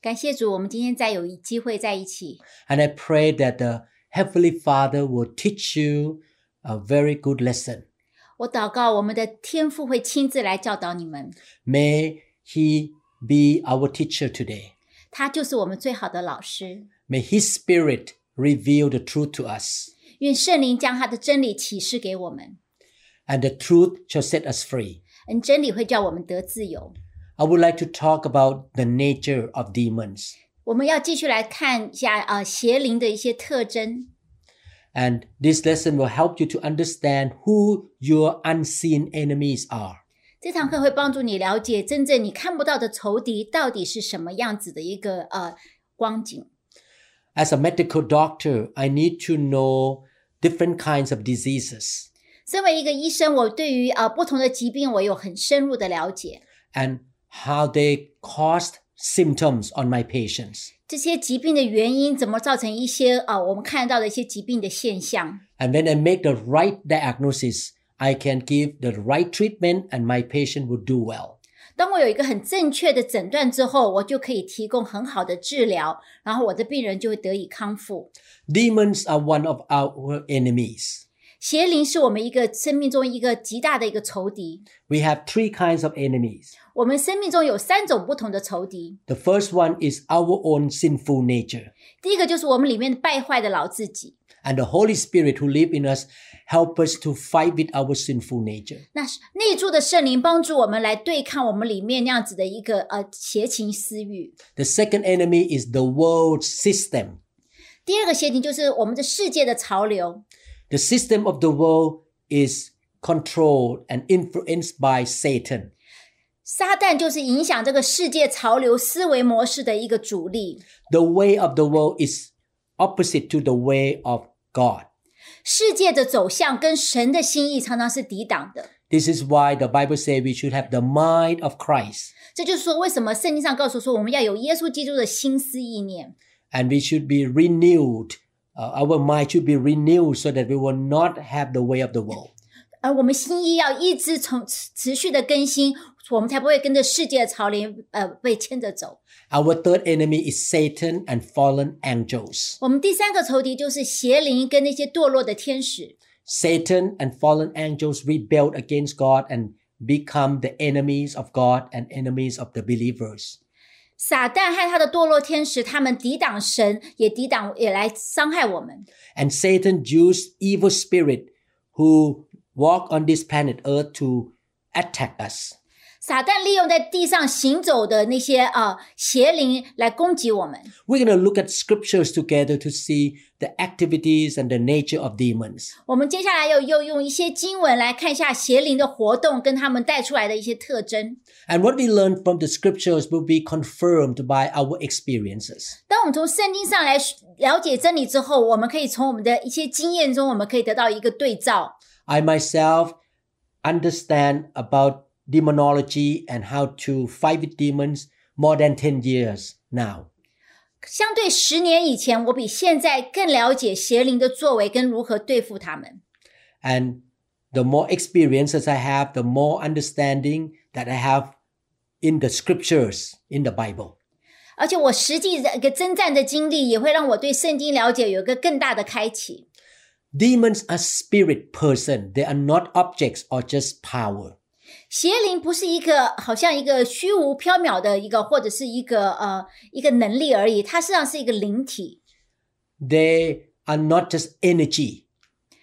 感谢主，我们今天再有机会在一起， And I pray that the Heavenly Father will teach you a very good lesson. 我祷告我们的天父会亲自来教导你们， May He be our teacher today. 他就是我们最好的老师。 May His Spirit reveal the truth to us, 愿圣灵将他的真理启示给我们， and the truth shall set us free. 嗯，真理会叫我们得自由。 I would like to talk about the nature of demons. 我们要继续来看一下呃邪灵的一些特征， And this lesson will help you to understand who your unseen enemies are. 这堂课会帮助你了解真正你看不到的仇敌到底是什么样子的一个呃光景。 As a medical doctor, I need to know different kinds of diseases. 身为一个医生，我对于呃不同的疾病我有很深入的了解， and how they caused symptoms on my patients. 这些疾病的原因怎么造成一些呃我们看到的一些疾病的现象。 And when I make the right diagnosis, I can give the right treatment and my patient will do well. 当我有一个很正确的诊断之后，我就可以提供很好的治疗，然后我的病人就会得以康复。 Demons are one of our enemies. 邪灵是我们一个生命中一个极大的一个仇敌。 We have three kinds of enemies. 我们生命中有三种不同的仇敌， The first one is our own sinful nature. 第一个就是我们里面败坏的老自己， And the Holy Spirit who lives in us help us to fight with our sinful nature. 那是内住的圣灵帮助我们来对抗我们里面那样子的一个呃邪情私欲。 The second enemy is the world system. 第二个邪情就是我们的世界的潮流， The system of the world is controlled and influenced by Satan. 撒旦就是影响这个世界潮流思维模式的一个主力。 The way of the world is opposite to the way of God. 世界的走向跟神的心意常常是抵挡的。 This is why the Bible says we should have the mind of Christ 这就是说，为什么圣经上告诉说我们要有耶稣基督的心思意念， and we should be renewed. Uh, our mind should be renewed so that we will not have the way of the world. 而我们心意要一直从持持续的更新，我们才不会跟着世界的潮流呃被牵着走。 Our third enemy is Satan and fallen angels. 我们第三个仇敌就是邪灵跟那些堕落的天使。 Satan and fallen angels rebelled against God and become the enemies of God and enemies of the believers. 撒旦和他的堕落天使，他们抵挡神，也抵挡，也来伤害我们。 and Satan used evil spirit who walk on this planet Earth to attack us. 撒旦利用在地上行走的那些呃邪灵来攻击我们。 We're going to look at scriptures together to see the activities and the nature of demons. 我们接下来又又用一些经文来看一下邪灵的活动跟他们带出来的一些特征。 And what we learn from the scriptures will be confirmed by our experiences. 当我们从圣经上来了解真理之后，我们可以从我们的一些经验中，我们可以得到一个对照。 I myself understand about demonology and how to fight with demons more than 10 years now. 相对十年以前，我比现在更了解邪灵的作为跟如何对付他们。 And the more experiences I have, the more understanding that I have in the scriptures, in the Bible. 而且我实际的一个征战的经历，也会让我对圣经了解有一个更大的开启。 Demons are spirit person. They are not objects or just power. 邪灵不是一个好像一个虚无缥缈的一个，或者是一个呃一个能力而已，它实际上是一个灵体， They are not just energy.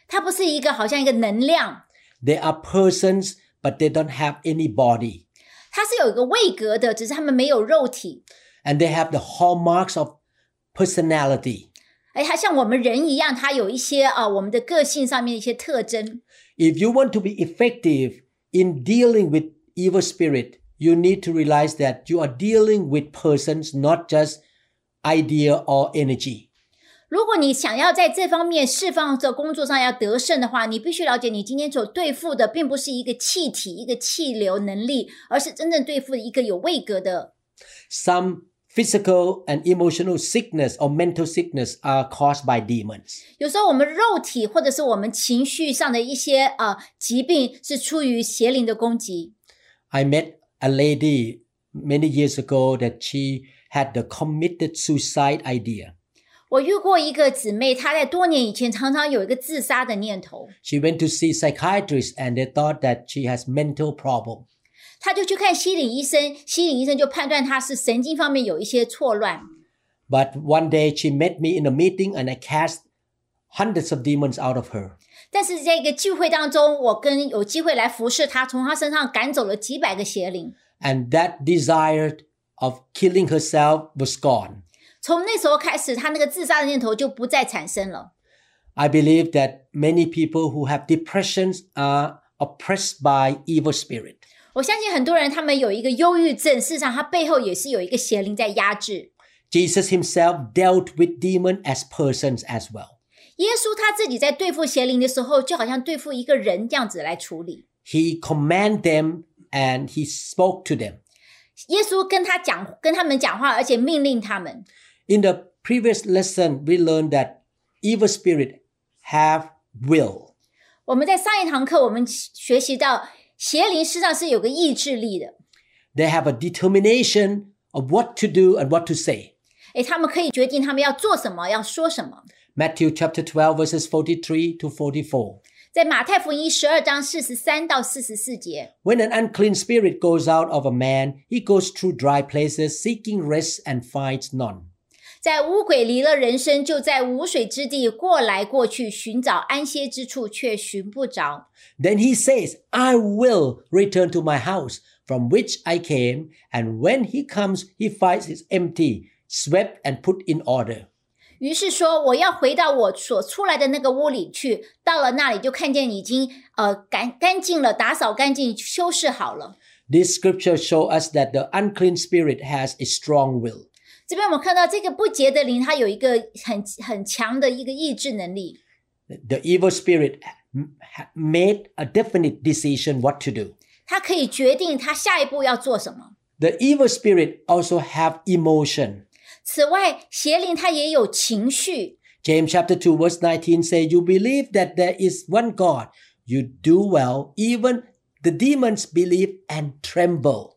它不是一个好像一个能量， They are persons, but they don't have any body. 它是有一个位格的，只是他们没有肉体， And they have the hallmarks of personality. 哎，它像我们人一样，它有一些啊、呃我们的个性上面的一些特征。 If you want to be effective in dealing with evil spirit, you need to realize that you are dealing with persons, not just idea or energy. 如果你想要在这方面释放的工作上要得胜的话，你必须了解，你今天所对付的并不是一个气体、一个气流能力，而是真正对付一个有位格的 Some physical and emotional sickness or mental sickness are caused by demons. 有时候我们肉体或者是我们情绪上的一些呃疾病，是出于邪灵的攻击。 I met a lady many years ago that she had the committed suicide idea. 我遇过一个姊妹，她在多年以前常常有一个自杀的念头， She went to see psychiatrists and they thought that she has mental problem. 她就去看心理医生，心理医生就判断她是神经方面有一些错乱。 But one day she met me in a meeting and I cast hundreds of demons out of her. 但是在一个聚会当中，我跟有机会来服侍她，从她身上赶走了几百个邪灵。 And that desire of killing herself was gone. 从那时候开始，她那个自杀的念头就不再产生了。 I believe that many people who have depressions are oppressed by evil spirit. 我相信很多人他们有一个忧郁症，事实上他背后也是有一个邪灵在压制。 Jesus himself dealt with demon as persons as well. 耶稣他自己在对付邪灵的时候，就好像对付一个人这样子来处理。 He commanded them and he spoke to them. 耶稣跟他讲，跟他们讲话，而且命令他们。 In the previous lesson, we learned that evil spirit have will. 我们在上一堂课，我们学习到邪灵事实上是有个意志力的， They have a determination of what to do and what to say. 诶，他们可以决定他们要做什么，要说什么。 Matthew chapter 12 verses 43 to 44. 在马太福音十二章四十三到四十四节， When an unclean spirit goes out of a man, he goes through dry places seeking rest and finds none. 在乌鬼离了人身，就在无水之地过来过去，寻找安歇之处，却寻不着。 Then he says, I will return to my house from which I came. And when he comes, he finds it empty, swept, and put in order. 于是说：“我要回到我所出来的那个屋里去。”到了那里，就看见已经呃干干净了，打扫干净，修饰好了。 This scripture shows us that the unclean spirit has a strong will. 这边我们看到这个不洁的灵，它有一个很很强的一个意志能力。 The evil spirit m- ha- made a definite decision what to do. 它可以决定它下一步要做什么。 The evil spirit also have emotion. 此外，邪灵它也有情绪。 James chapter 2 verse 19 say, You believe that there is one God. You do well. Even the demons believe and tremble.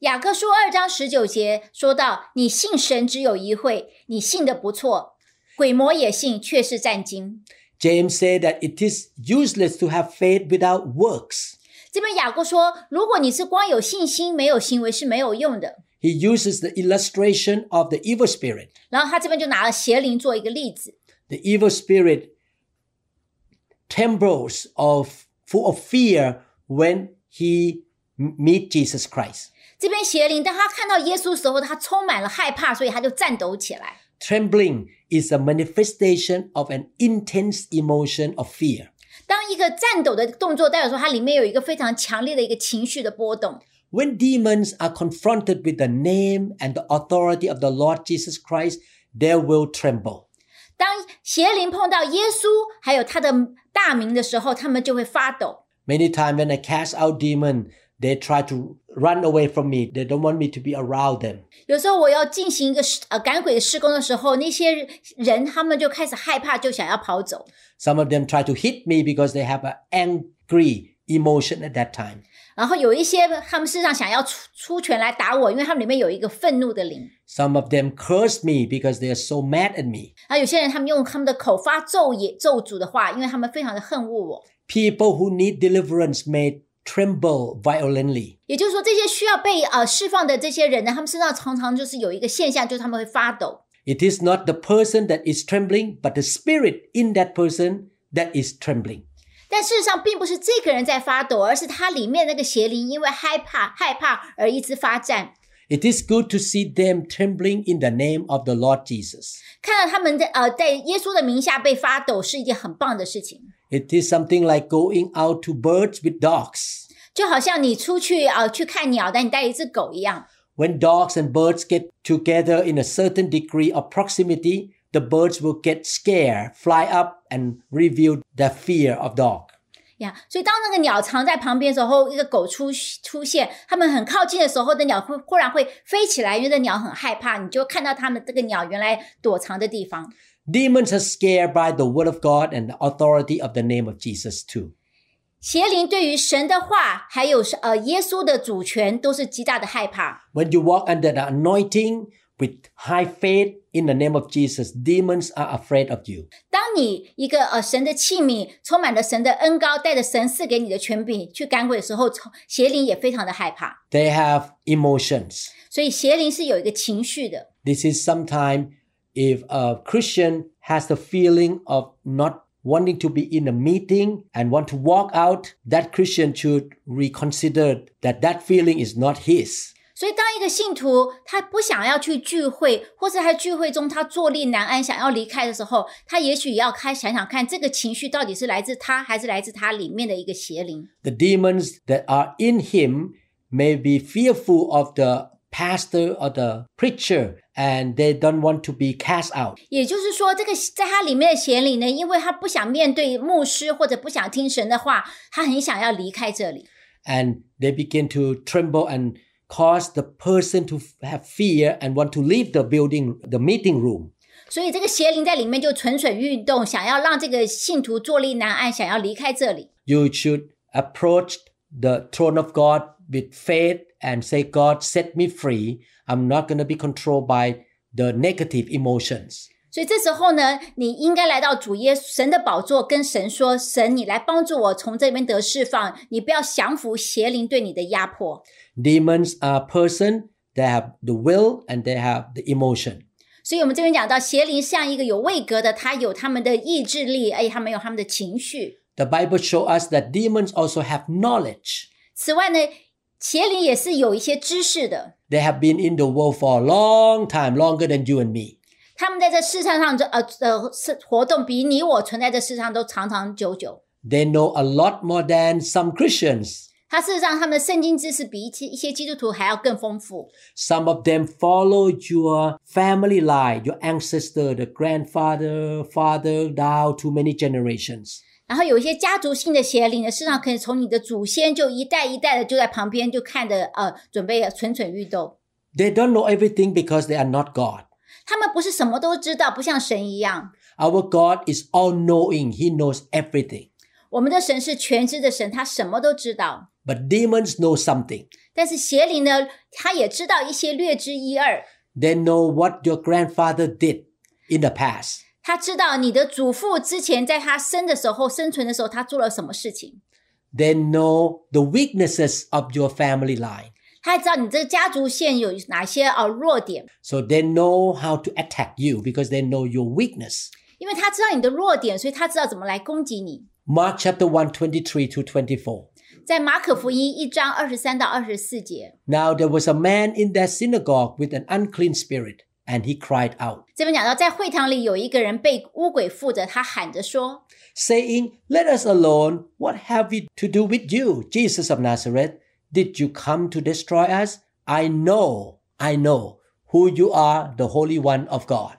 雅各书二章十九节说到：“你信神只有一会，你信的不错，鬼魔也信，却是战惊。 James said that it is useless to have faith without works. ”这边雅各说：“如果你是光有信心，没有行为是没有用的。” He uses the illustration of the evil spirit. 然后他这边就拿了邪灵做一个例子， The evil spirit trembles of full of fear when he m- meet Jesus Christ. 这边邪灵当他看到耶稣的时候，他充满了害怕，所以他就颤抖起来。 Trembling is a manifestation of an intense emotion of fear. 当一个颤抖的动作，代表说它里面有一个非常强烈的一个情绪的波动。 When demons are confronted with the name and the authority of the Lord Jesus Christ, they will tremble. 当邪灵碰到耶稣还有他的大名的时候，他们就会发抖。 Many times when I cast out demon, they try to run away from me. They don't want me to be around them. 有时候我要进行一个施呃赶鬼的施工的时候，那些人他们就开始害怕，就想要跑走。 Some of them try to hit me because they have an angry emotion at that time. 然后有一些他们事实上想要出出拳来打我，因为他们里面有一个愤怒的灵。 Some of them curse me because they are so mad at me. 啊，有些人他们用他们的口发咒也咒诅的话，因为他们非常的恨恶我。 People who need deliverance may tremble violently. 也就是说，这些需要被呃释放的这些人呢，他们身上常常就是有一个现象，就是他们会发抖。 It is not the person that is trembling, but the spirit in that person that is trembling. 但事实上，并不是这个人在发抖，而是他里面那个邪灵因为害怕、害怕而一直发战。 It is good to see them trembling in the name of the Lord Jesus. 看到他们在呃在耶稣的名下被发抖，是一件很棒的事情。 It is something like going out to birds with dogs. 就好像你出去啊、呃去看鸟，但你带一只狗一样。 When dogs and birds get together in a certain degree of proximity, the birds will get scared, fly up, and reveal their fear of dog. 呀所以当那个鸟藏在旁边的时候，一个狗出出现，它们很靠近的时候，那鸟会忽然会飞起来，因为那鸟很害怕，你就看到它们这个鸟原来躲藏的地方。 Demons are scared by the word of God and the authority of the name of Jesus too. 邪灵对于神的话，还有是呃耶稣的主权，都是极大的害怕。 When you walk under the anointing with high faith in the name of Jesus, demons are afraid of you. 当你一个呃神的器皿，充满了神的恩高，带着神赐给你的权柄去赶鬼的时候，从邪灵也非常的害怕。 They have emotions. 所以邪灵是有一个情绪的。 This is sometimes if a Christian has the feeling of not wanting to be in a meeting and want to walk out, that Christian should reconsider that that feeling is not his. 所以，当一个信徒他不想要去聚会，或是在聚会中他坐立难安，想要离开的时候，他也许也要开想想看，这个情绪到底是来自他，还是来自他里面的一个邪灵。 The demons that are in him may be fearful of the pastor or the preacher and they don't want to be cast out. 也就是说，这个在他里面的邪灵呢，因为他不想面对牧师或者不想听神的话，他很想要离开这里， and they begin to tremble and cause the person to f- have fear and want to leave the building, the meeting room. 所以这个邪灵在里面就蠢蠢欲动，想要让这个信徒坐立难安，想要离开这里。 You should approach the throne of God with faith and say, God, set me free. I'm not going to be controlled by the negative emotions. 所以这时候呢，你应该来到主耶稣神的宝座，跟神说：“神，你来帮助我从这边得释放，你不要降服邪灵对你的压迫。 Demons are person, they have the will and they have the emotion. ”所以，我们这边讲到，邪灵像一个有位格的，他有他们的意志力，而且他们有他们的情绪。 The Bible shows us that demons also have knowledge. 此外呢，邪灵也是有一些知识的， They have been in the world for a long time, longer than you and me. 他们在这世上上这呃呃是活动比你我存在这世上都长长久久。 they know a lot more than some Christians. 他事实上，他们的圣经知识比一些一些基督徒还要更丰富。 Some of them follow your family line, your ancestor, the grandfather, father, down to many generations. 然后有一些家族性的邪灵呢，事实上可以从你的祖先就一代一代的就在旁边就看着呃，准备蠢蠢欲动。 They don't know everything because they are not God. 他们不是什么都知道，不像神一样。 Our God is all knowing, He knows everything. 我们的神是全知的神，他什么都知道。 But demons know something. 但是邪灵呢，他也知道一些略知一二。 They know what your grandfather did in the past. 他知道你的祖父之前在他生的时候、生存的时候，他做了什么事情。 They know the weaknesses of your family line. 他还知道你这个家族线有哪些呃弱点， So they know how to attack you because they know your weakness. 因为他知道你的弱点，所以他知道怎么来攻击你。 Mark chapter 1, 23 to 24. 在马可福音一章二十三到二十四节， Now there was a man in that synagogue with an unclean spirit, and he cried out, 这边讲到，在会堂里有一个人被乌鬼附着，他喊着说 saying, Let us alone. What have we to do with you, Jesus of Nazareth? Did you come to destroy us? I know, I know who you are, the Holy One of God.：“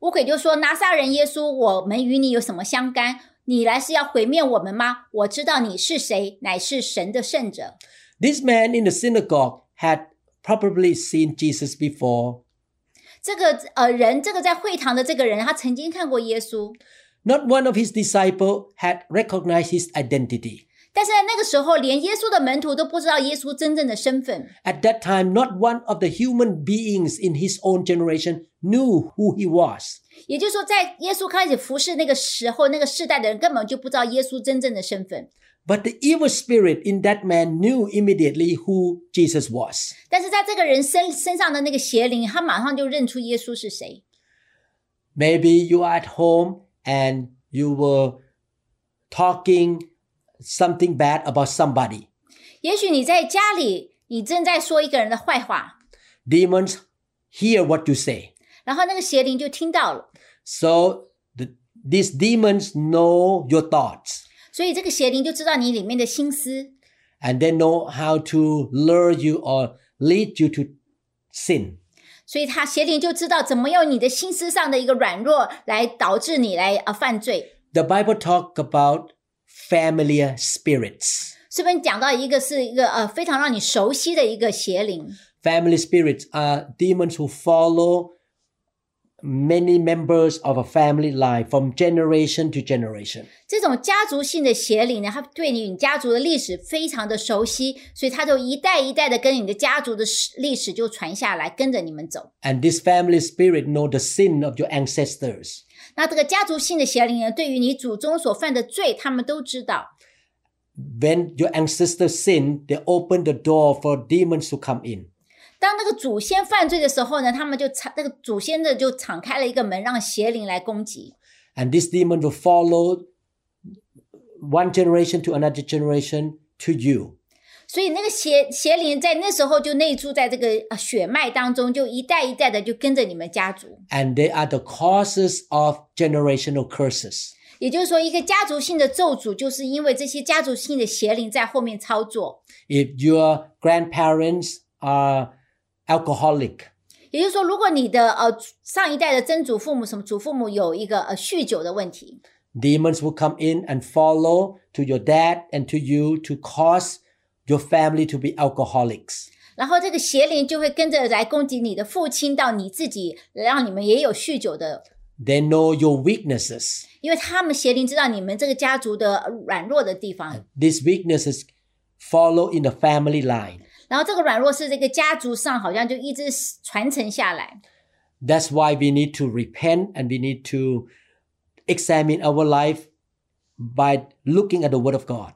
乌鬼就说，拿撒人耶稣，我们与你有什么相干？你来是要毁灭我们吗？我知道你是谁，乃是神的圣者。 This man in the synagogue had probably seen Jesus before. ”这个呃人，这个在会堂的这个人，他曾经看过耶稣， Not one of his disciples had recognized his identity. 但是在那个时候，连耶稣的门徒都不知道耶稣真正的身份。 At that time, not one of the human beings in his own generation knew who he was. 也就是说，在耶稣开始服侍那个时候，那个世代的人根本就不知道耶稣真正的身份。 But the evil spirit in that man knew immediately who Jesus was. 但是在这个人身身上的那个邪灵，他马上就认出耶稣是谁。 Maybe you are at home and you were talking something bad about somebody. 也许你在家里，你正在说一个人的坏话， Demons hear what you say. 然后那个邪灵就听到了， So the, these demons know your thoughts 所以这个邪灵就知道你里面的心思， and they know how to lure you or lead you to sin. 所以他邪灵就知道怎么用你的心思上的一个软弱来导致你来呃犯罪。 The Bible talk about familiar spirits. 这边讲到一个是一个呃非常让你熟悉的一个邪灵， Family spirits are demons who follow many members of a family line from generation to generation. 这种家族性的邪灵呢，它对你你家族的历史非常的熟悉，所以它就一代一代的跟你的家族的史历史就传下来，跟着你们走。 And this family spirit know the sin of your ancestors. 那这个家族性的邪灵呢，对于你祖宗所犯的罪，他们都知道。 When your ancestors sin, they open the door for demons to come in. 当那个祖先犯罪的时候呢，他们就敞那个祖先的就敞开了一个门，让邪灵来攻击。 And this demon will follow one generation to another generation to you. 所以那个邪邪灵在那时候就内住在这个呃血脉当中，就一代一代的就跟着你们家族。 And they are the causes of generational curses. 也就是说，一个家族性的咒诅，就是因为这些家族性的邪灵在后面操作。 If your grandparents are alcoholic, 也就是说，如果你的呃上一代的曾祖父母、什么祖父母有一个呃酗酒的问题， demons will come in and follow to your dad and to you to cause your family to be alcoholics. 然后这个邪灵就会跟着来攻击你的父亲，到你自己，让你们也有酗酒的， They know your weaknesses. 因为他们邪灵知道你们这个家族的呃软弱的地方， These weaknesses follow in the family line. 然后这个软弱是这个家族上好像就一直传承下来。 That's why we need to repent and we need to examine our life by looking at the Word of God.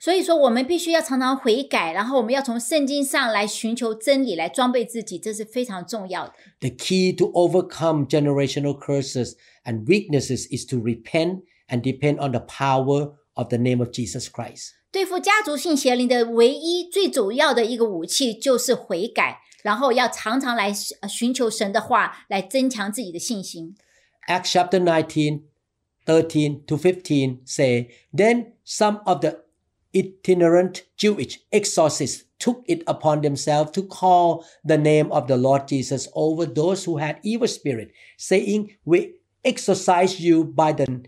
所以说，我们必须要常常悔改，然后我们要从圣经上来寻求真理，来装备自己，这是非常重要的。 The key to overcome generational curses and weaknesses is to repent and depend on the power of the name of Jesus Christ. 对付家族性邪灵的唯一最主要的一个武器就是悔改，然后要常常来呃寻求神的话，来增强自己的信心。 Acts chapter 19, 13 to 15 say, Then some of the itinerant Jewish exorcists took it upon themselves to call the name of the Lord Jesus over those who had evil spirit, saying, We exorcise you by the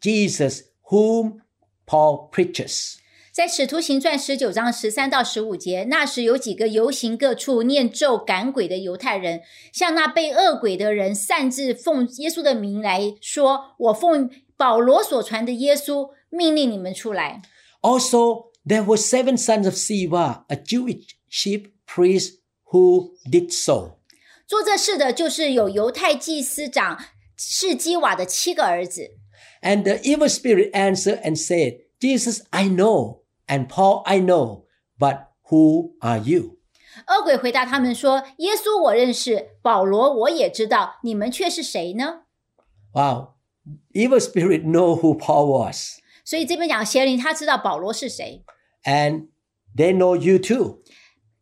Jesus whom Paul preaches. 在《使徒行传》十九章十三到十五节，那时有几个游行各处念咒赶鬼的犹太人，向那被恶鬼的人擅自奉耶稣的名来说：“我奉保罗所传的耶稣命令你们出来。 Also, there were seven sons of Siva, a Jewish chief priest who did so. ”做这事的就是有犹太祭司长士基瓦的七个儿子。 And the evil spirit answered and said, Jesus, I know, and Paul, I know, but who are you? 恶鬼回答他们说：“耶稣我认识，保罗我也知道，你们却是谁呢 Wow. Evil spirit know who Paul was,？” 所以这边讲邪灵，他知道保罗是谁， and they know you too.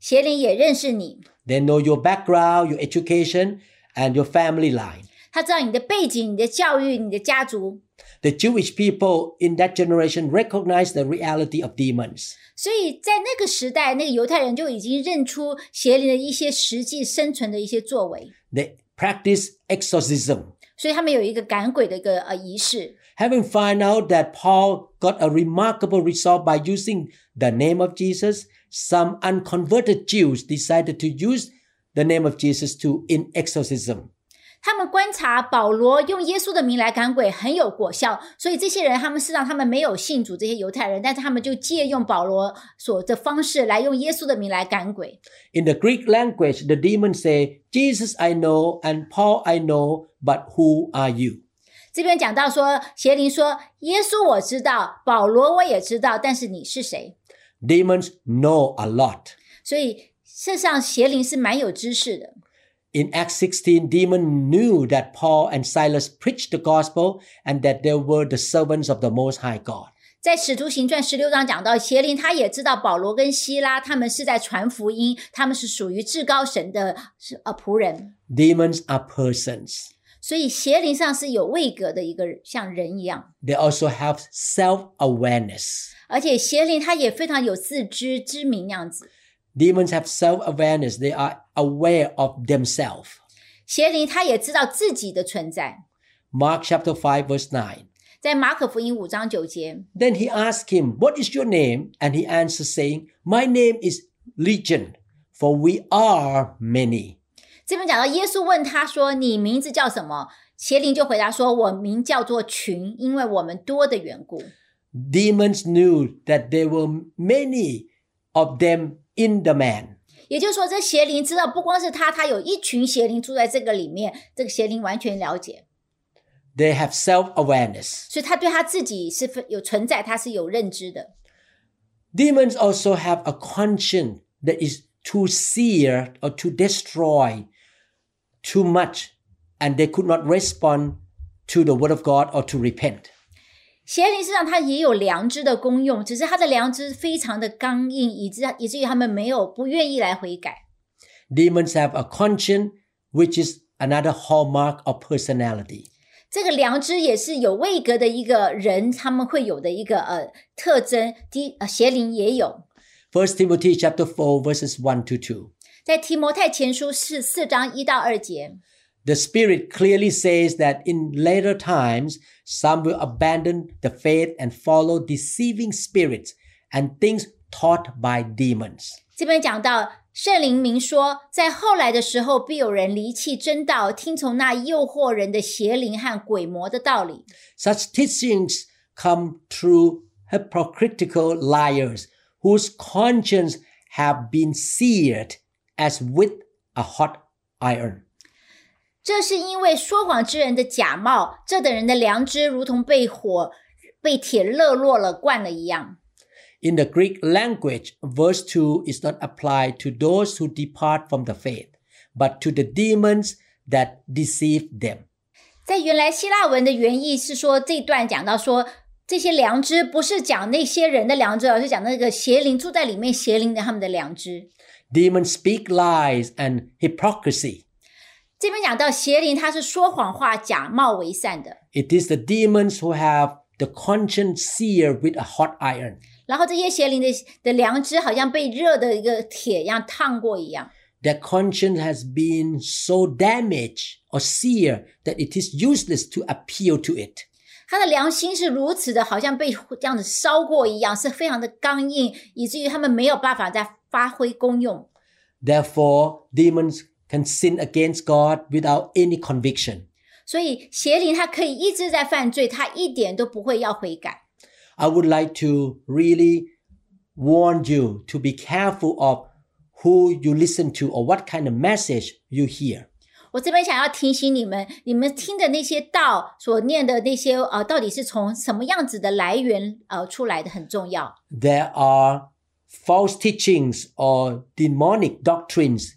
邪灵也认识你， They know your background, your education, and your family line. 他知道你的背景、你的教育、你的家族。 The Jewish people in that generation recognized the reality of demons. 所以在那个时代，那个犹太人就已经认出邪灵的一些实际生存的一些作为， They practiced exorcism. 所以他们有一个赶鬼的一个呃仪式。 Having found out that Paul got a remarkable result by using the name of Jesus, some unconverted Jews decided to use the name of Jesus to in exorcism. 他们观察保罗用耶稣的名来赶鬼很有果效，所以这些人他们事实上他们没有信主这些犹太人，但是他们就借用保罗所的方式来用耶稣的名来赶鬼。 In the Greek language, the demons say, Jesus I know and Paul I know, but who are you? 这边讲到说，邪灵说耶稣我知道，保罗我也知道，但是你是谁？ Demons know a lot. 所以事实上邪灵是蛮有知识的。 In Acts 16, demon knew that Paul and Silas preached the gospel and that they were the servants of the Most High God. 在《使徒行传》十六章讲到，邪灵他也知道保罗跟希拉他们是在传福音，他们是属于至高神的是呃仆人， Demons are persons. 所以邪灵上是有位格的一个人像人一样， they also have self awareness. 而且邪灵他也非常有自知之明那样子。 Demons have self awareness, they are aware of themselves. 邪灵他也知道自己的存在。 Mark chapter 5, verse 9. 在马可福音五章九节， Then he asked him, What is your name? And he answered, saying, My name is Legion, for we are many. 这边讲到耶稣问他说：“你名字叫什么？”邪灵就回答说：“我名叫做群，因为我们多的缘故。 Demons knew that there were many of them in the man. ”也就是说，这邪灵知道不光是他，他有一群邪灵住在这个里面。这个邪灵完全了解， They have self awareness. 所以他对他自己是分有存在，他是有认知的。 Demons also have a conscience that is to sear or to destroy too much, and they could not respond to the word of God or to repent. 邪灵实际上它也有良知的功用，只是它的良知非常的刚硬，以致以至于他们没有不愿意来悔改。 Demons have a conscience, which is another hallmark of personality. 这个良知也是有位格的一个人他们会有的一个呃特征。第呃邪灵也有， First Timothy chapter 4 verses 1 to 2. 在提摩太前书是四章一到二节， The Spirit clearly says that in later times, some will abandon the faith and follow deceiving spirits and things taught by demons. 这边讲到圣灵明说，在后来的时候必有人离弃真道，听从那诱惑人的邪灵和鬼魔的道理。 Such teachings come through hypocritical liars whose conscience have been seared as with a hot iron. 这是因为说谎之人的假冒，这等人的良知如同被火、被铁热落了、灌了一样。 In the Greek language, verse 2 is not applied to those who depart from the faith, but to the demons that deceive them. 在原来希腊文的原意是说，这段讲到说这些良知不是讲那些人的良知，而是讲那个邪灵住在里面邪灵的他们的良知。 Demons speak lies and hypocrisy. 这边讲到邪灵，他是说谎话、假冒为善的。 It is the demons who have the conscience seared with a hot iron. 然后这些邪灵的的良知好像被热的一个铁一样烫过一样， Their conscience has been so damaged or seared that it is useless to appeal to it. 他的良心是如此的，好像被这样子烧过一样，是非常的刚硬，以至于他们没有办法再发挥功用。 Therefore, demons can sin against God without any conviction. 所以邪灵他可以一直在犯罪，他一点都不会要悔改。 I would like to really warn you to be careful of who you listen to or what kind of message you hear. 我这边想要提醒你们，你们听的那些道所念的那些呃，到底是从什么样子的来源呃出来的，很重要。 There are false teachings or demonic doctrines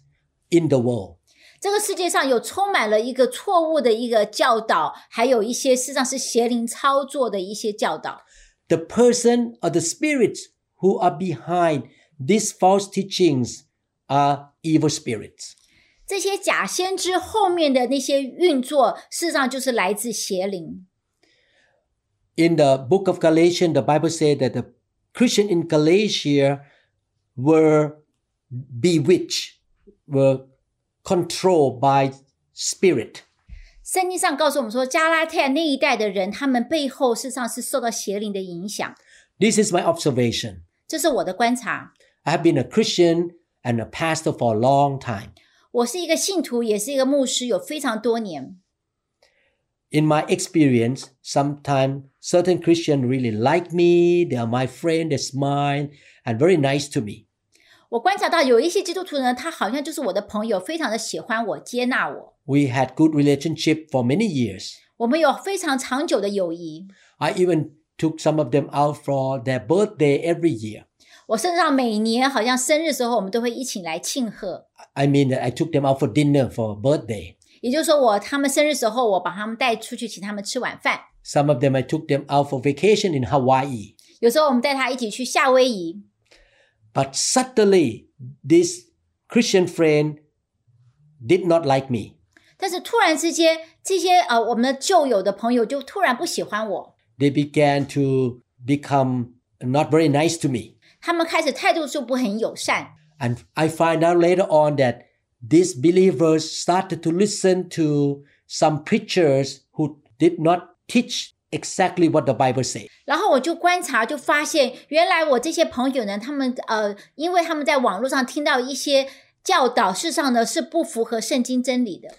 in the world. 这个世界上有充满了一个错误的一个教导，还有一些事实上是邪灵操作的一些教导。 The person or the spirits who are behind these false teachings are evil spirits. 这些假先知后面的那些运作，事实上就是来自邪灵。 in the book of Galatians, the Bible says that the Christian in Galatia were bewitched, were controlled by spirit. 圣经上告诉我们说，加拉太那一代的人，他们背后事实上是受到邪灵的影响。 This is my observation. 这是我的观察。 I have been a Christian and a pastor for a long time. 我是一个信徒，也是一个牧师，有非常多年。 In my experience, sometimes certain Christians really like me, they are my friend, they smile, and very nice to me. 我观察到有一些基督徒呢，他好像就是我的朋友，非常的喜欢我，接纳我。 We had good relationship for many years. 我们有非常长久的友谊。 I even took some of them out for their birthday every year. 我甚至上每年好像生日时候，我们都会一起来庆贺。 I mean that I took them out for dinner for birthday. 也就是说我，他们生日时候，我把他们带出去，请他们吃晚饭。 Some of them I took them out for vacation in Hawaii. 有时候我们带他一起去夏威夷。 But suddenly this Christian friend did not like me. 但是突然之间，这些呃我们的旧友的朋友就突然不喜欢我， They began to become not very nice to me. 他们开始态度就不很友善。 And I find out later on that these believers started to listen to some preachers who did not teach exactly what the Bible says. 然后我就观察，就发现原来我这些朋友呢，他们呃，因为他们在网络上听到一些教导，事实上呢是不符合圣经真理的。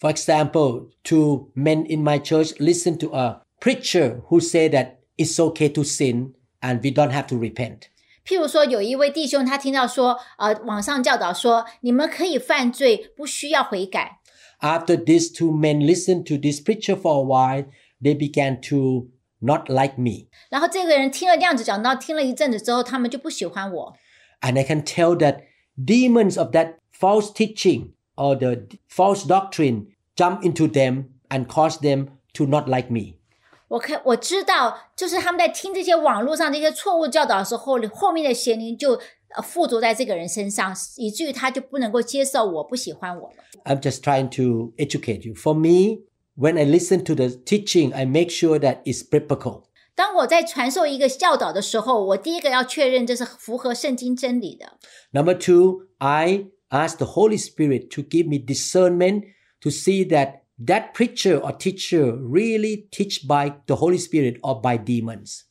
For example, two men in my church listened to a preacher who said that it's okay to sin and we don't have to repent. 譬如说，有一位弟兄他听到说，呃，网上教导说你们可以犯罪，不需要悔改。 After these two men listened to this preacher for a while, they began to not like me. 然后这个人听了这样子讲到，听了一阵子之后，他们就不喜欢我。 And I can tell that demons of that false teaching or the false doctrine jump into them and cause them to not like me. 我看我知道，就是他们在听这些网络上这些错误教导的时候，后面的邪灵就呃附着在这个人身上，以至于他就不能够接受我，不喜欢我了。 I'm just trying to educate you. For me, when I listen to the teaching, I make sure that it's biblical. 当我在传授一个教导的时候，我第一个要确认这是符合圣经真理的。 Number two, I ask the Holy Spirit to give me discernment to see that that preacher or teacher really teach by the Holy Spirit or by demons.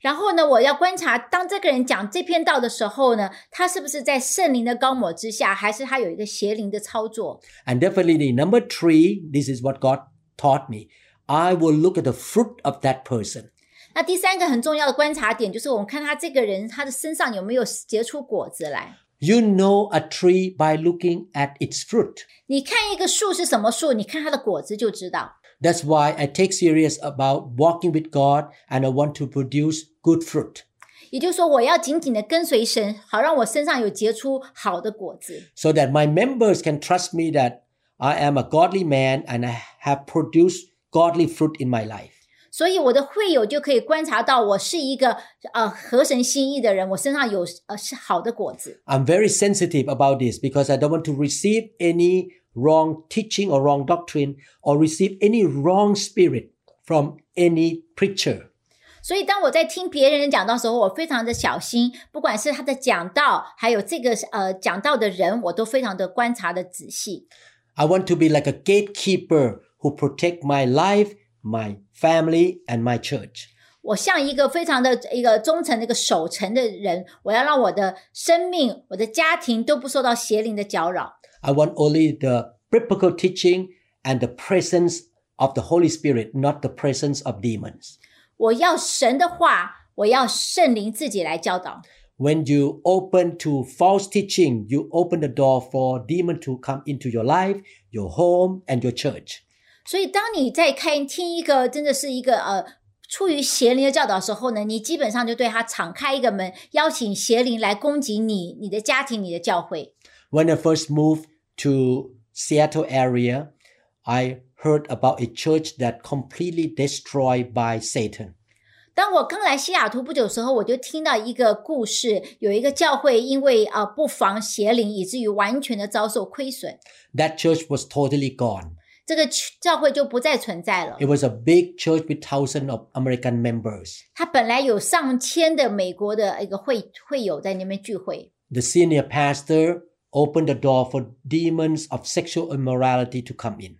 然后呢，我要观察，当这个人讲这篇道的时候呢，他是不是在圣灵的高抹之下，还是他有一个邪灵的操作？ And definitely, number three, this is what God taught me. I will look at the fruit of that person. 那第三个很重要的观察点就是，我们看他这个人他的身上有没有结出果子来。 You know a tree by looking at its fruit. 你看一个树是什么树，你看它的果子就知道。 That's why I take serious about walking with God and I want to produce good fruit. 也就是说，我要紧紧的跟随神，好让我身上有结出好的果子， so that my members can trust me that I am a godly man and I have produced godly fruit in my life. 所以我的会友就可以观察到我是一个呃合神心意的人，我身上有呃是好的果子。 I'm very sensitive about this because I don't want to receive any wrong teaching or wrong doctrine or receive any wrong spirit from any preacher. 所以当我在听别人讲道的时候，我非常的小心，不管是他的讲道，还有这个呃讲道的人，我都非常的观察的仔细。 I want to be like a gatekeeper who protect my life, my family, and my church. 我像一个非常的一个忠诚的一个守城的人，我要让我的生命、我的家庭都不受到邪灵的搅扰。 I want only the biblical teaching and the presence of the Holy Spirit, not the presence of demons. 我要神的话，我要圣灵自己来教导。 when you open to false teaching, you open the door for demon to come into your life, your home, and your church. 所以，当你在看听一个真的是一个呃出于邪灵的教导的时候呢，你基本上就对他敞开一个门，邀请邪灵来攻击你、你的家庭、你的教会。 When I first moved to Seattle area, I heard about a church that completely destroyed by Satan. 当我刚来西雅图不久的时候，我就听到一个故事，有一个教会因为呃不防邪灵，以至于完全的遭受亏损， That church was totally gone. 这个去教会就不再存在了 It。was a big church with thousands of American members. 它本来有上千的美国的一个会会友在那边聚会， The senior pastor opened the door for demons of sexual immorality to come in.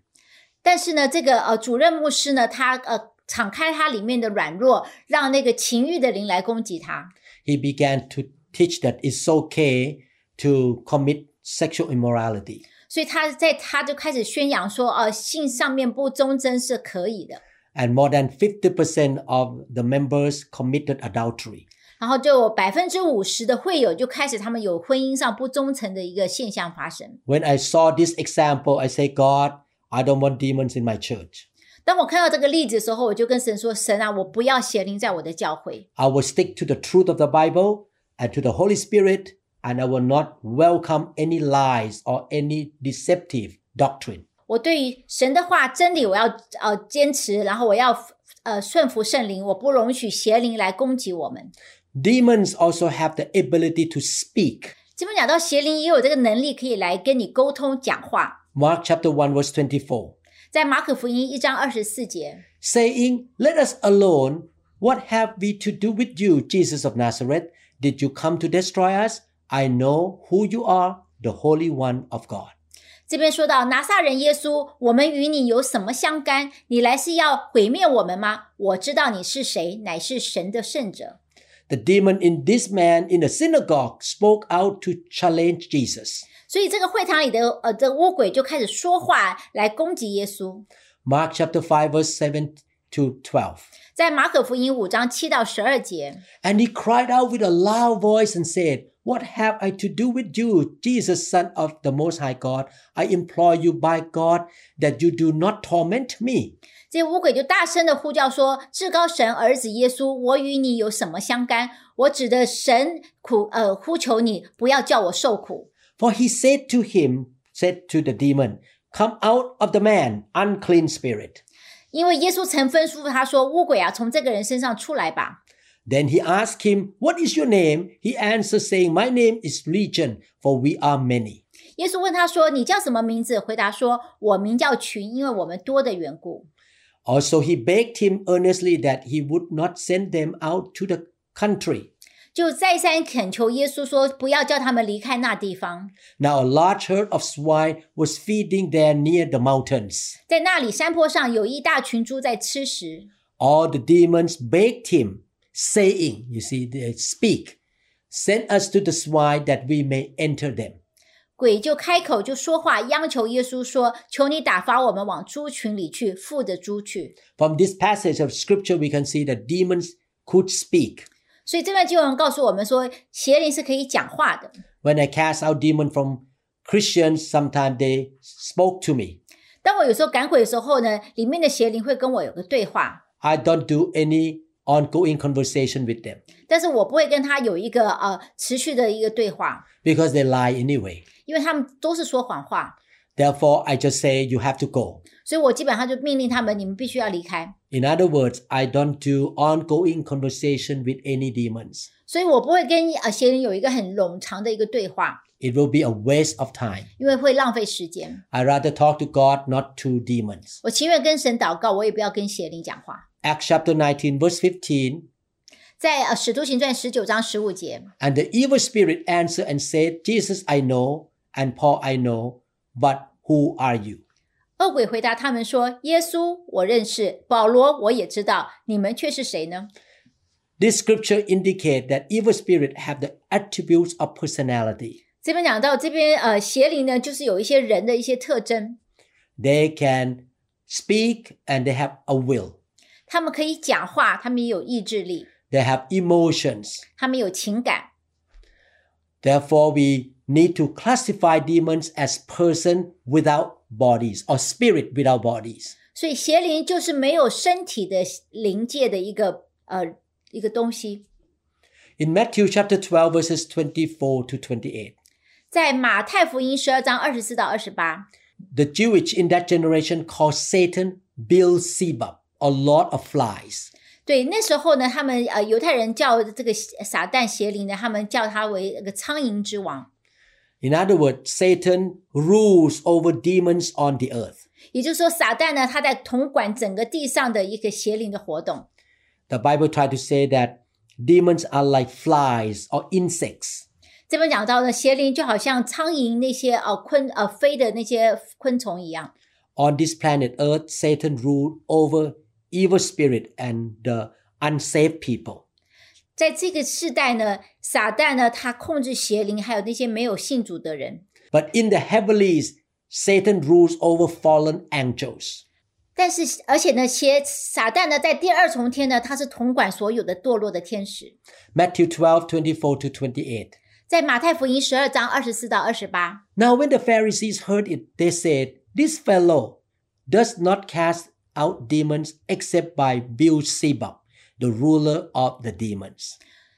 但是呢，这个呃主任牧师呢，他呃敞开他里面的软弱，让那个情欲的灵来攻击他。 he began to teach that it's okay to commit sexual immorality. 所以他在他就开始宣扬说，呃，性上面不忠贞是可以的。 And more than 50% of the members committed adultery. 然后就百分之五十的会友就开始他们有婚姻上不忠诚的一个现象发生。 When I saw this example, I say, God, I don't want demons in my church. 当我看到这个例子的时候，我就跟神说：“神啊，我不要邪灵在我的教会， I will stick to the truth of the Bible and to the Holy Spirit, and I will not welcome any lies or any deceptive doctrine. 我对于神的话真理我要呃坚持，然后我要呃顺服圣灵，我不容许邪灵来攻击我们。 Demons also have the ability to speak. 这边讲到邪灵也有这个能力可以来跟你沟通讲话， Mark chapter 1, verse 24. 在马可福音一章二十四节， saying, Let us alone. What have we to do with you, Jesus of Nazareth? Did you come to destroy us? I know who you are, the Holy One of God. 这边说到拿撒人耶稣，我们与你有什么相干？你来是要毁灭我们吗？我知道你是谁，乃是神的圣者。 The demon in this man in the synagogue spoke out to challenge Jesus. 所以这个会堂里的呃的乌鬼就开始说话来攻击耶稣。 Mark chapter 5, verse 7 to 12. 在马可福音五章七到十二节， And he cried out with a loud voice and said, What have I to do with you, Jesus, Son of the Most High God? I implore you by God that you do not torment me. 这些乌鬼就大声的呼叫说：“至高神儿子耶稣，我与你有什么相干？我指的神苦呃呼求你，不要叫我受苦。 For he said to him, said to the demon, Come out of the man, unclean spirit. ”因为耶稣曾吩咐他说：“乌鬼啊，从这个人身上出来吧。 Then he asked him, What is your name? He answered, saying, My name is Legion, for we are many. ”耶稣问他说：“你叫什么名字？”回答说：“我名叫群，因为我们多的缘故。 Also, he begged him earnestly that he would not send them out to the country. ”就再三恳求耶稣说：“不要叫他们离开那地方。 Now, a large herd of swine was feeding there near the mountains. ”在那里山坡上有一大群猪在吃食， All the demons begged him, saying, You see, they speak, send us to the swine that we may enter them. 鬼就开口就说话，央求耶稣说：“求你打发我们往猪群里去，附着猪去。 From this passage of scripture, we can see that demons could speak. ”所以这段经文告诉我们说，邪灵是可以讲话的。 When I cast out demons from Christians, sometimes they spoke to me. 当我有时候赶鬼的时候呢，里面的邪灵会跟我有个对话， I don't do any ongoing conversation with them 但是我不会跟他有一个呃持续的一个对话， because they lie anyway. 因为他们都是说谎话， Therefore, I just say, You have to go. 所以我基本上就命令他们，你们必须要离开。 In other words, I don't do ongoing conversation with any demons. 所以我不会跟呃邪灵有一个很冗长的一个对话， It will be a waste of time. 因为会浪费时间。 I rather talk to God, not to demons. 我情愿跟神祷告，我也不要跟邪灵讲话。 Acts chapter 19, verse 15. 在呃《使徒行传》十九章十五节， And the evil spirit answered and said, Jesus I know, and Paul I know, but who are you? 恶鬼回答他们说：“耶稣我认识，保罗我也知道，你们却是谁呢 This scripture indicates that evil spirit have the attributes of personality.？” 这边讲到这边呃邪灵呢，就是有一些人的一些特征， They can speak and they have a will. 他们可以讲话，他们也有意志力， They have emotions. 他们有情感， Therefore, we need to classify demons as person without bodies or spirit without bodies. 所以邪灵就是没有身体的灵界的一个呃一个东西。 In Matthew chapter 12, verses 24 to 28, 在马太福音十二章二十四到二十八， the Jewish in that generation called Satan Beelzebub, or Lord of Flies. 对那时候呢，他们呃犹太人叫这个呃撒旦邪灵呢，他们叫他为那个苍蝇之王， In other words, Satan rules over demons on the earth. 也就是说，撒旦呢他在统管整个地上的一个邪灵的活动。 The Bible tried to say that demons are like flies or insects. 这边讲到呢，邪灵就好像苍蝇那些呃昆呃飞的那些昆虫一样， On this planet earth, Satan ruled over evil spirit and the unsaved people. 在这个世代呢，撒旦呢他控制邪灵，还有那些没有信主的人。 But in the heavenlies, Satan rules over fallen angels. 但是，而且呢，邪撒旦呢，在第二重天呢，他是统管所有的堕落的天使。 Matthew 12, 24 to 28. 在马太福音十二章二十四到二十八， Now, when the Pharisees heard it, they said, This fellow does not cast out demons except by Beelzebub, the ruler of the demons.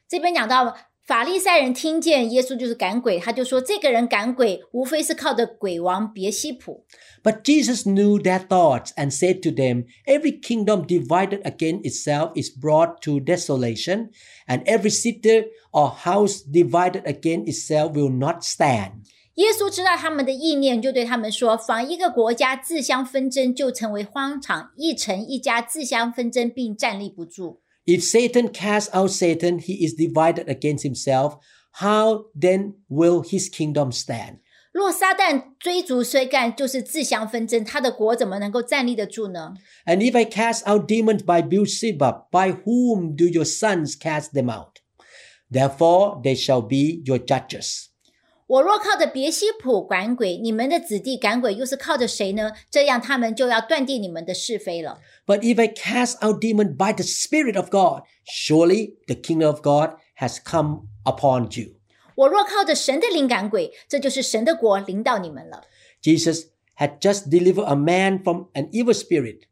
这边讲到法利赛人听见耶稣就是赶鬼，他就说这个人赶鬼，无非是靠着鬼王别西卜。 But Jesus knew their thoughts and said to them, Every kingdom divided against itself is brought to desolation, and every city or house divided against itself will not stand. 耶稣知道他们的意念，就对他们说：“仿一个国家自相纷争，就成为荒场；一城一家自相纷争，并站立不住。 If Satan casts out Satan, he is divided against himself. how then will his kingdom stand? 若撒旦追逐追干，就是自相纷争，他的国怎么能够站立得住呢？ And if I cast out demons by Beelzebub, by whom do your sons cast them out? Therefore they shall be your judges. 我若靠着别西卜管鬼，你们的子弟赶鬼又是靠着谁呢？这样他们就要断定你们的是非了。 But if I cast out demons by the Spirit of God, surely the kingdom of God has come upon you. 我若靠着神的灵感鬼，这就是神的国领导你们了。 Jesus had just delivered a man from an evil spirit.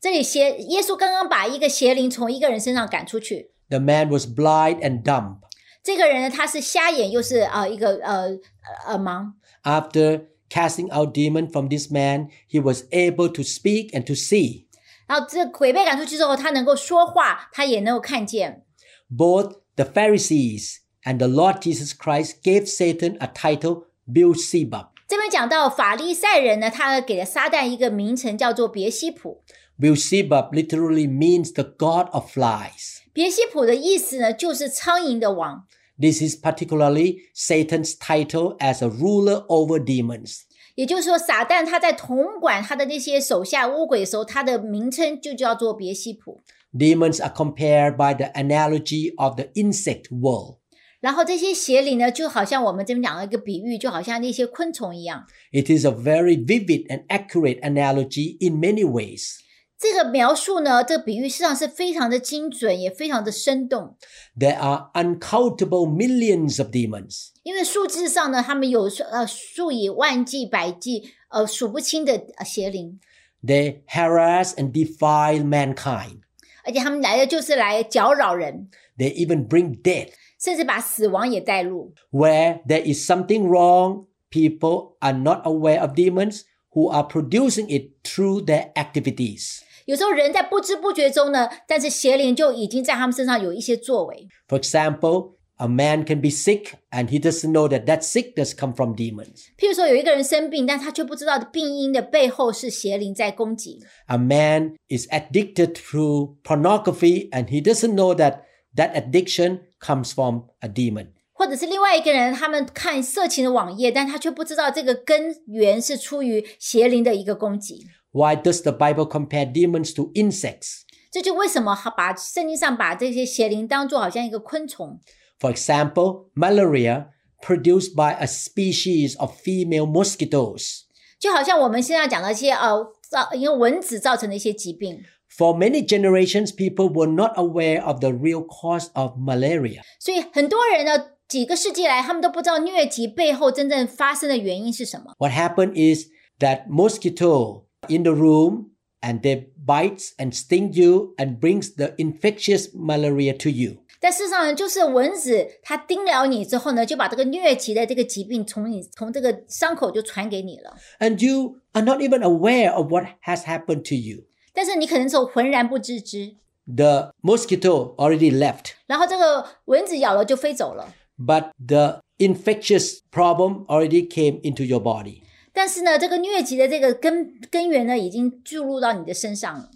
这里邪耶稣刚刚把一个邪灵从一个人身上赶出去， The man was blind and dumb. 这个人呢，他是瞎眼又是呃一个呃呃耳盲。 After casting out demon from this man, he was able to speak and to see. 然后这鬼被赶出去之后，他能够说话，他也能够看见。 Both the Pharisees and the Lord Jesus Christ gave Satan a title Beelzebub. 这边讲到法利赛人呢，他给了撒旦一个名称，叫做别西卜。 Beelzebub literally means the god of flies. 别西卜的意思呢，就是苍蝇的王。 This is particularly Satan's title as a ruler over demons. 也就是说，撒旦他在统管他的那些手下乌鬼的时候，他的名称就叫做别西卜。 Demons are compared by the analogy of the insect world. 然后这些邪灵呢，就好像我们这边讲了一个比喻，就好像那些昆虫一样。 It is a very vivid and accurate analogy in many ways. 这个描述呢，这个比喻实际上是非常的精准，也非常的生动。 There are uncountable millions of demons. 因为数字上呢，他们有数呃数以万计、百计，呃数不清的呃邪灵， They harass and defile mankind. 而且他们来的就是来搅扰人， They even bring death. 甚至把死亡也带入。 Where there is something wrong, people are not aware of demons who are producing it through their activities. 有时候人在不知不觉中呢，但是邪灵就已经在他们身上有一些作为。 For example, a man can be sick and he doesn't know that that sickness comes from demons. 譬如说，有一个人生病，但他却不知道病因的背后是邪灵在攻击。 A man is addicted to pornography and he doesn't know that that addiction comes from a demon. 或者是另外一个人，他们看色情的网页，但他却不知道这个根源是出于邪灵的一个攻击。 Why does the Bible compare demons to insects? 这就为什么把圣经上把这些邪灵当做好像一个昆虫。 For example, malaria produced by a species of female mosquitoes. 就好像我们现在讲的一些呃造因为蚊子造成的一些疾病， For many generations, people were not aware of the real cause of malaria. 所以很多人呢几个世纪来，他们都不知道疟疾背后真正发生的原因是什么。 What happened is that mosquito in the room and they bites and sting you and brings the infectious malaria to you. 但事实上呢，就是蚊子它叮了你之后呢，就把这个疟疾的这个疾病从你从这个伤口就传给你了。 And you are not even aware of what has happened to you. 但是你可能是浑然不知之， The mosquito already left, 然后这个蚊子咬了就飞走了。 but the infectious problem already came into your body. 但是呢，这个疟疾的这个根根源呢，已经注入到你的身上了。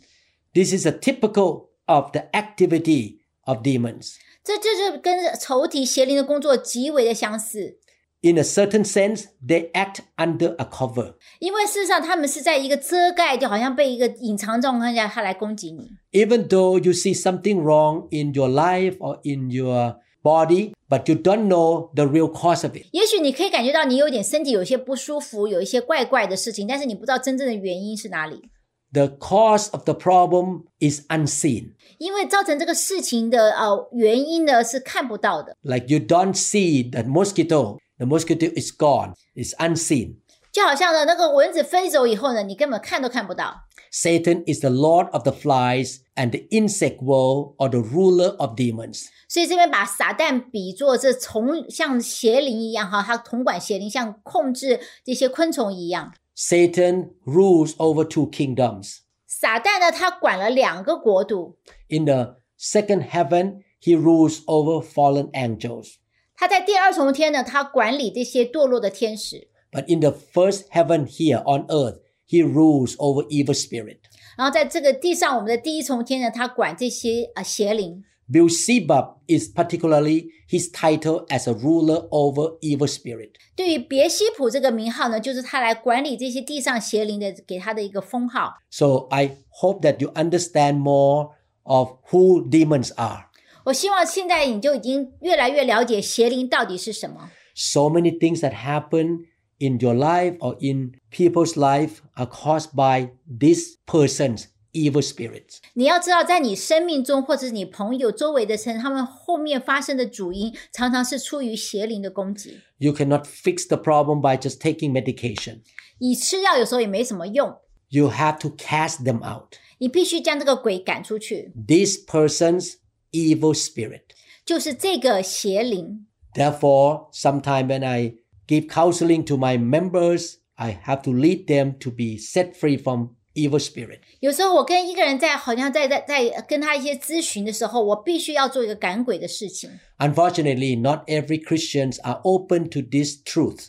This is a typical of the activity of demons. 这这就是跟仇敌邪灵的工作极为的相似。 In a certain sense, they act under a cover. 因为事实上，他们是在一个遮盖，就好像被一个隐藏状况下，他来攻击你。 Even though you see something wrong in your life or in your body, but you don't know the real cause of it. 也许你可以感觉到你有点身体有些不舒服，有一些怪怪的事情，但是你不知道真正的原因是哪里。 The cause of the problem is unseen. 因为造成这个事情的呃原因呢是看不到的， Like you don't see the mosquito. The mosquito is gone. It's unseen. 就好像呢那个蚊子飞走以后呢，你根本看都看不到。 Satan is the lord of the flies and the insect world or the ruler of demons. 所以这边把撒旦比作这虫，像邪灵一样哈，他统管邪灵，像控制这些昆虫一样。 Satan rules over two kingdoms. 撒旦呢，他管了两个国度， In the second heaven, he rules over fallen angels. 他在第二重天呢，他管理这些堕落的天使， But in the first heaven here on earth, he rules over evil spirit. 然后在这个地上我们的第一重天呢，他管这些呃邪灵。 Beelzebub is particularly his title as a ruler over evil spirit. 对于别西卜这个名号呢，就是他来管理这些地上邪灵的给他的一个封号。 So I hope that you understand more of who demons are. 我希望现在你就已经越来越了解邪灵到底是什么。 So many things that happen in your life or in people's life are caused by this person's evil spirits. 你要知道，在你生命中或者是你朋友周围的人，他们后面发生的主因，常常是出于邪灵的攻击。 You cannot fix the problem by just taking medication. 你吃药有时候也没什么用， You have to cast them out. 你必须将这个鬼赶出去， This person's evil spirit. 就是这个邪灵。 Therefore, sometime when I give counseling to my members, I have to lead them to be set free from evil spirit. 有时候我跟一个人在好像在在在跟他一些咨询的时候，我必须要做一个赶鬼的事情， Unfortunately, not every Christians are open to this truth.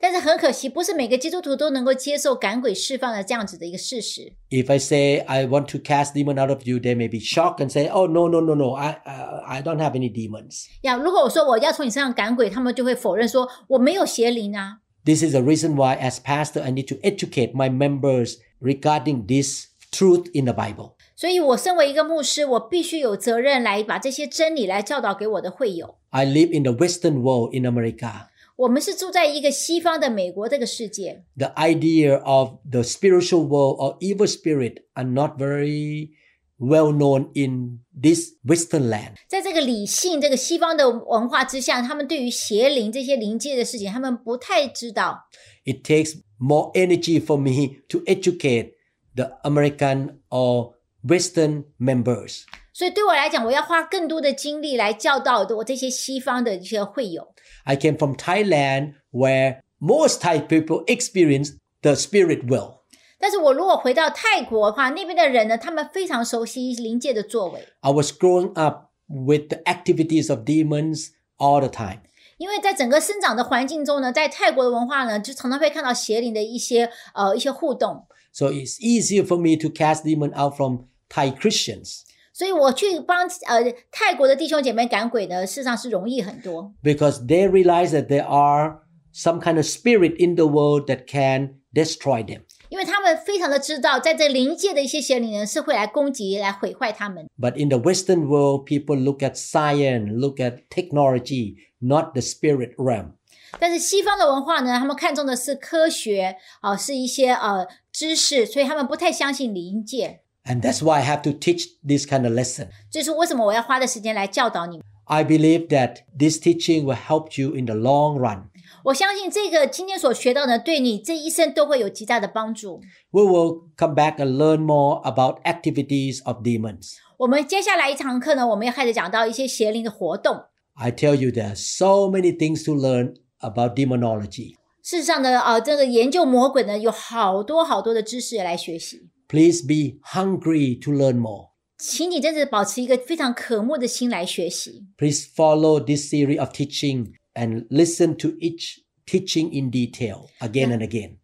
但是很可惜，不是每个基督徒都能够接受赶鬼释放的这样子的一个事实。 If I say I want to cast demon out of you, they may be shocked and say, "Oh no, no, no, no! I, uh, I, I don't have any demons." 呀，如果我说我要从你身上赶鬼，他们就会否认说我没有邪灵啊。 This is the reason why, as pastor, I need to educate my members regarding this truth in the Bible. 所以，我身为一个牧师，我必须有责任来把这些真理来教导给我的会友。 I live in the Western world in America. 我们是住在一个西方的美国这个世界， The idea of the spiritual world or evil spirit are not very well known in this Western land. 在这个理性、这个西方的文化之下，他们对于邪灵这些灵界的事情，他们不太知道。 It takes more energy for me to educate the American or Western members. 所以对我来讲，我要花更多的精力来教导我这些西方的一些会友。 I came from Thailand where most Thai people experience the spirit world. 但是我如果回到泰国的话，那边的人呢，他们非常熟悉灵界的作为， I was growing up with the activities of demons all the time. 因为在整个生长的环境中呢，在泰国的文化呢，就常常会看到邪灵的一些呃一些互动， So it's easier for me to cast demon out from Thai Christians 所以我去帮呃泰国的弟兄姐妹赶鬼呢，事实上是容易很多， because they realize that there are some kind of spirit in the world that can destroy them. 因为他们非常的知道，在这灵界的一些邪灵人是会来攻击、来毁坏他们。 But in the Western world, people look at science, look at technology, not the spirit realm. 但是西方的文化呢，他们看重的是科学啊、是一些呃知识，所以他们不太相信灵界。 And that's why I have to teach this kind of lesson. 这是为什么我要花的时间来教导你们。 I believe that this teaching will help you in the long run. 我相信这个今天所学到的，对你这一生都会有极大的帮助。 We will come back and learn more about activities of demons. 我们接下来一堂课呢，我们要开始讲到一些邪灵的活动。 I tell you, there are so many things to learn about demonology. 事实上呢，呃，这个研究魔鬼呢，有好多好多的知识来学习。 Please be hungry to learn more. 请你真是保持一个非常渴慕的心来学习。 Please follow this series of teaching and listen to each teaching in detail again and again.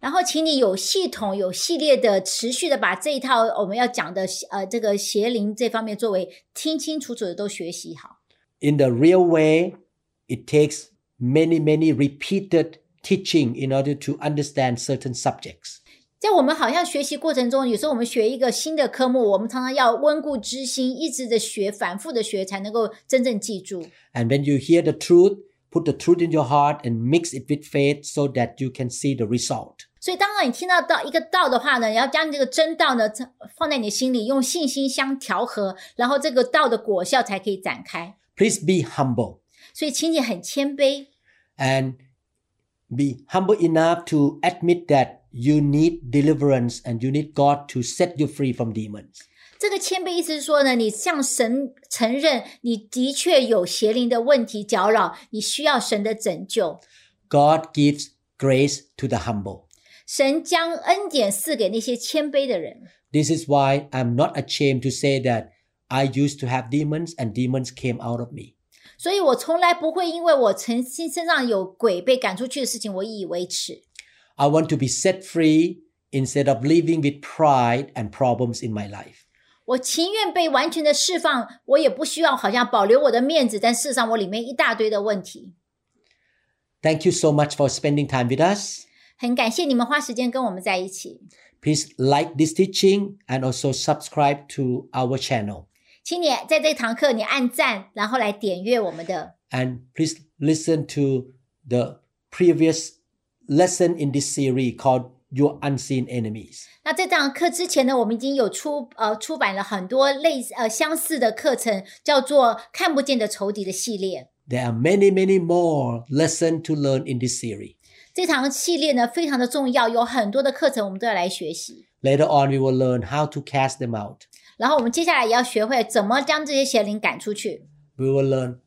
然后，请你有系统、有系列的、持续的把这一套我们要讲的呃这个邪灵这方面作为清清楚楚的都学习好。 In the real way, it takes many, many repeated teaching in order to understand certain subjects. 在我们好像学习过程中，有时候我们学一个新的科目，我们常常要温故知新，一直的学，反复的学，才能够真正记住。 And when you hear the truth, put the truth in your heart and mix it with faith so that you can see the result. 所以，当然你听到道一个道的话呢，你要将这个真道呢放在你的心里，用信心相调和，然后这个道的果效才可以展开。 Please be humble 所以，请你很谦卑， and be humble enough to admit that you need deliverance and you need God to set you free from demons. 这个谦卑意思是说呢，你向神承认你的确有邪灵的问题搅扰，你需要神的拯救。 God gives grace to the humble. 神将恩典赐给那些谦卑的人， This is why I'm not ashamed to say that I used to have demons and demons came out of me. 所以我从来不会因为我曾经身上有鬼被赶出去的事情我以为耻。 I want to be set free instead of living with pride and problems in my life. 我情愿被完全的释放，我也不需要好像保留我的面子，但事实上我里面一大堆的问题。 Thank you so much for spending time with us. 很感谢你们花时间跟我们在一起， Please like this teaching and also subscribe to our channel. 请你在这堂课你按赞，然后来点阅我们的， And please listen to the previous lesson in this series called Your Unseen Enemies. 那在这堂课之前呢，我们已经有出呃出版了很多类似呃相似的课程，叫做《看不见的仇敌》的系列。 There are many, many more lessons to learn in this series. 这堂系列呢非常的重要，有很多的课程我们都要来学习。 Later on, we will learn how to cast them out. 然后我们接下来也要学会怎么将这些邪灵赶出去。 We will learn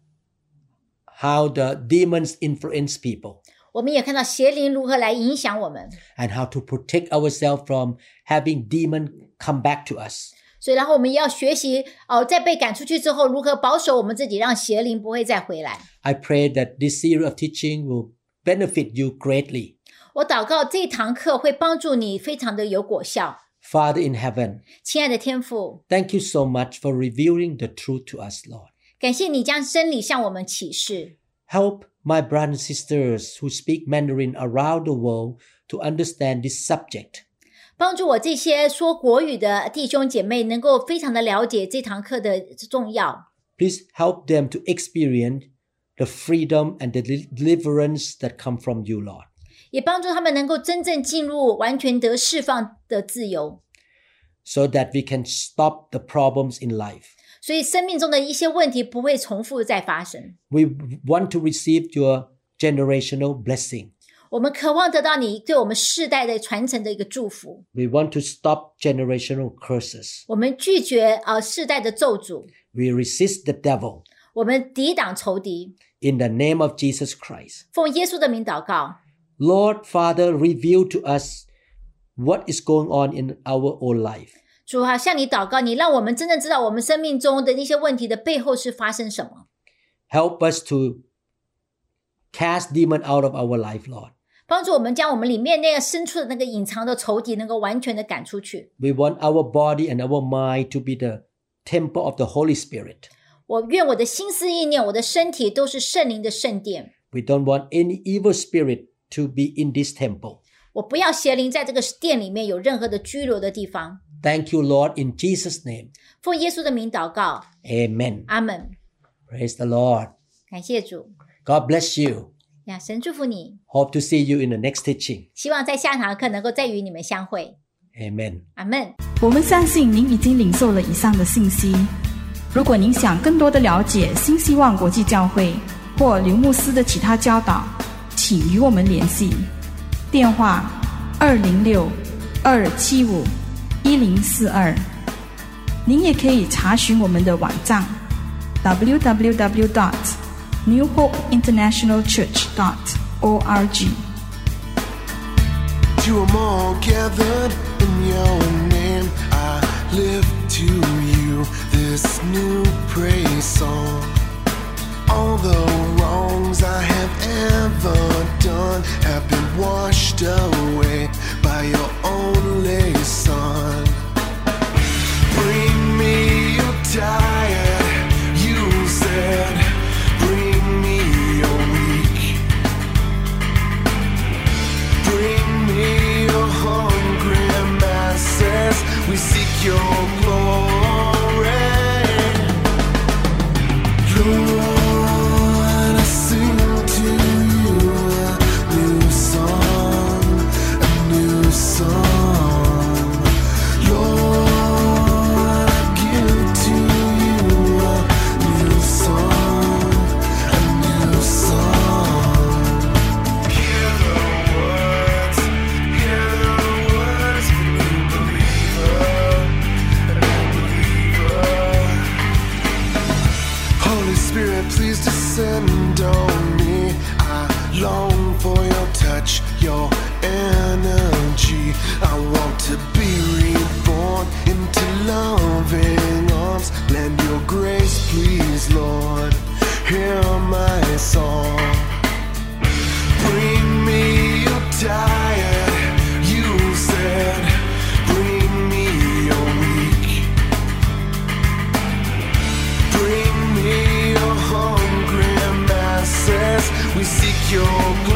how the demons influence people 我们也看到邪灵如何来影响我们， and how to protect ourselves from having demon come back to us. 所以然后我们也要学习哦、在被赶出去之后如何保守我们自己，让邪灵不会再回来。 I pray that this series of teaching will benefit you greatly. 我祷告这堂课会帮助你非常的有果效。 Father in heaven, 亲爱的天父， thank you so much for revealing the truth to us, Lord. 感谢你将真理向我们启示， Help my brothers and sisters who speak Mandarin around the world to understand this subject. 帮助我这些说国语的弟兄姐妹能够非常的了解这堂课的重要。 Please help them to experience the freedom and the del- deliverance that come from you, Lord. 也帮助他们能够真正进入完全得释放的自由， so that we can stop the problems in life. 所以生命中的一些问题不会重复再发生。 We want to receive your generational blessing. 我们渴望得到你对我们世代的传承的一个祝福。 We want to stop generational curses. 我们拒绝呃世代的咒诅， We resist the devil 我们抵挡仇敌。 in the name of Jesus Christ. 奉耶稣的名祷告， Lord Father, reveal to us what is going on in our own life. 主啊，向你祷告，你让我们真正知道我们生命中的那些问题的背后是发生什么， Help us to cast demon out of our life, Lord. 帮助我们将我们里面那个深处的那个隐藏的仇敌能够完全的赶出去。 We want our body and our mind to be the temple of the Holy Spirit. 我愿我的心思意念，我的身体都是圣灵的圣殿。 We don't want any evil spirit to be in this temple. 我不要邪灵在这个殿里面有任何的居留的地方。 Thank you, Lord, in Jesus' name. 奉耶稣的名祷告， Amen. 阿门。 Praise the Lord. 感谢主， God bless you. 呀，神祝福你。 Hope to see you in the next teaching. 希望在下堂课能够再与你们相会， Amen. 阿门。我们相信您已经领受了以上的信息。如果您想更多的了解新希望国际教会或刘牧师的其他教导，请与我们联系，电话二零六二七五一零四二。您也可以查询我们的网站 www.newhopeinternationalchurch.org。 To 'em all gathered in your name, I lift to you this new praise song. All the wrongs I have ever done have been washed away by your only son. Bring me your tired, you said. Bring me your weak. Bring me your hungry masses. We seek your glory. Lord, I sing to you a new song, a new song. Lord, I give to you a new song, a new song. Hear the words, hear the words of a new believer, a new believer. Holy Spirit, please descend on me. I long for your touch, your energy. I want to be reborn into loving arms. Lend your grace, please, Lord. Hear my song. Bring me your diet, you said. Bring me your weak. We seek your glory.